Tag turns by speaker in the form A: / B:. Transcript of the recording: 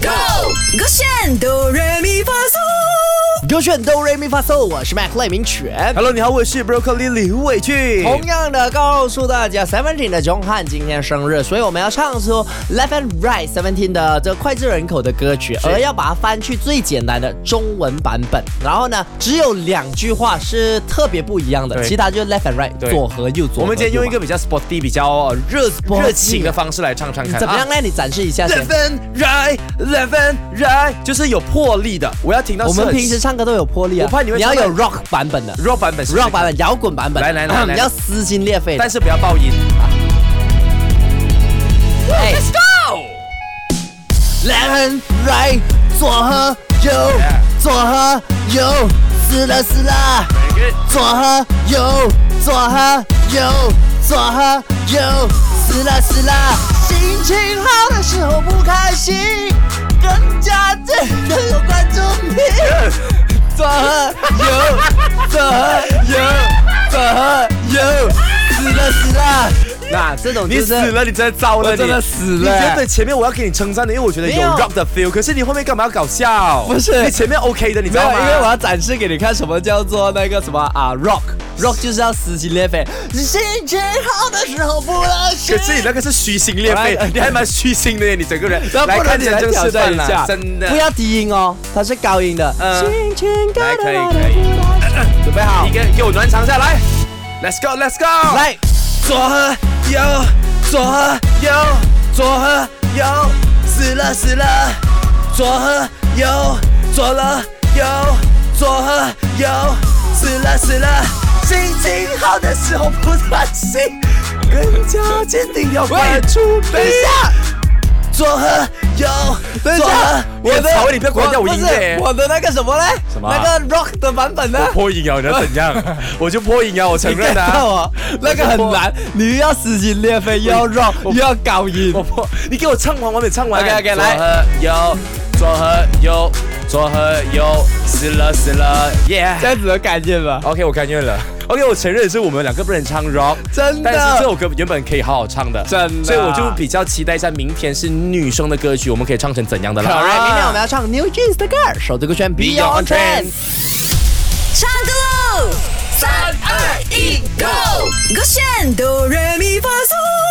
A: Go，勾选哆来咪发嗦。
B: 勾选哆瑞咪发嗦，我是麦克赖明全。
C: Hello，你好，我是 Broccoli 李伟俊。
B: 同样的，告诉大家，Seventeen 的 John Han 今天生日，所以我们要唱出 Left and Right Seventeen 的这脍炙人口的歌曲，而要把它翻去最简单的中文版本。然后呢，只有两句话是特别不一样的，
C: 对
B: 其他就是 Left and Right，
C: 对
B: 左和右，左和右嘛。
C: 我们今天用一个比较 sporty、比较呃热
B: Sporty
C: 热情的方式来唱唱看，啊
B: 怎么样呢？你展示一下先。
C: ？Eleven right, eleven right，就是有魄力的。我要听到
B: 我
C: 是
B: 们
C: 很
B: 平时唱歌都有魄力啊，
C: 我怕你会
B: 要
C: 唱
B: 有
C: 到
B: rock 版本的
C: rock 版本是
B: ，rock 版本、摇滚版本，
C: 来来来来
B: 你要撕心裂肺的。
C: 但是不要爆音。
B: 哎
C: Let's go。
B: left and right，左和右
C: Yeah，
B: 左和右，死了死了，左和右，左和右，左和右，死了死了。心情好的时候不开心，更加真的有关注你。左和右，左和右，左和右，死了死了。那这种
C: 你
B: 就是
C: 死了，你真的糟了，
B: 我
C: 你
B: 真的死了
C: 你觉得前面我要给你称赞的，因为我觉得
B: 没
C: 有
B: 有
C: rock 的 feel，可是你后面干嘛要搞笑？
B: 不是
C: 你前面 OK 的，你知
B: 没有
C: 道，吗？
B: 因为我要展示给你看什么叫做那个什么啊，rock rock 就是要撕心裂肺， 心情好的时候不能
C: 可是你那个是虚心裂肺
B: 我来，
C: 你还蛮虚心的耶，你整 个人。
B: 然后
C: 来
B: 呃不
C: 看
B: 能
C: 你
B: 起来
C: 真
B: 挑
C: 示
B: 战
C: 范
B: 一
C: 啦，
B: 下，
C: 真的。
B: 不要低音哦，它是高音的。
C: 嗯
B: 心情高
C: 来
B: 的
C: 可以
B: 啦
C: 可以，
B: 准备好
C: 一，个给我暖场下来，Let's go，Let's go，，
B: 来，
C: 左和右，左和右，左和右，死了死了，左和右，左了右，左和右，死了死了，心情好的时候不专心，更加坚定要关注
B: 等一
C: 你。
B: 下，
C: 左和右，
B: 等一下，
C: 我的曹你不要管掉我
B: 不
C: 音
B: 是
C: 乐。
B: 我的那个什么嘞？
C: 什么啊
B: 那个 rock 的版本呢？
C: 破音啊！你要怎样？ 我就破音啊！我承
B: 你 get 到。我，那个很
C: 我
B: 难，你又要撕心裂肺，又要 rock，又要高音。
C: 我破，你给我唱完，完美唱完。
B: OK，OK，来
C: 左和右，左和右，左和右，死了死了
B: 这
C: ，Yeah。
B: 样子的感觉吧。
C: OK，我甘愿了。OK，我承认是我们两个不能唱 rock，
B: 真
C: 但
B: 的
C: 是这首歌原本可以好好唱的，
B: 真的
C: 所以我就比较期待一下明天是女生的歌曲，我们可以唱成怎样的啦？啊
B: 好明天我们要唱 New Jeans 的歌，首歌选 Beyond
C: Beyond
B: Trend
C: Trends。
A: 唱歌喽！三二一，Go，勾选哆来咪发嗦。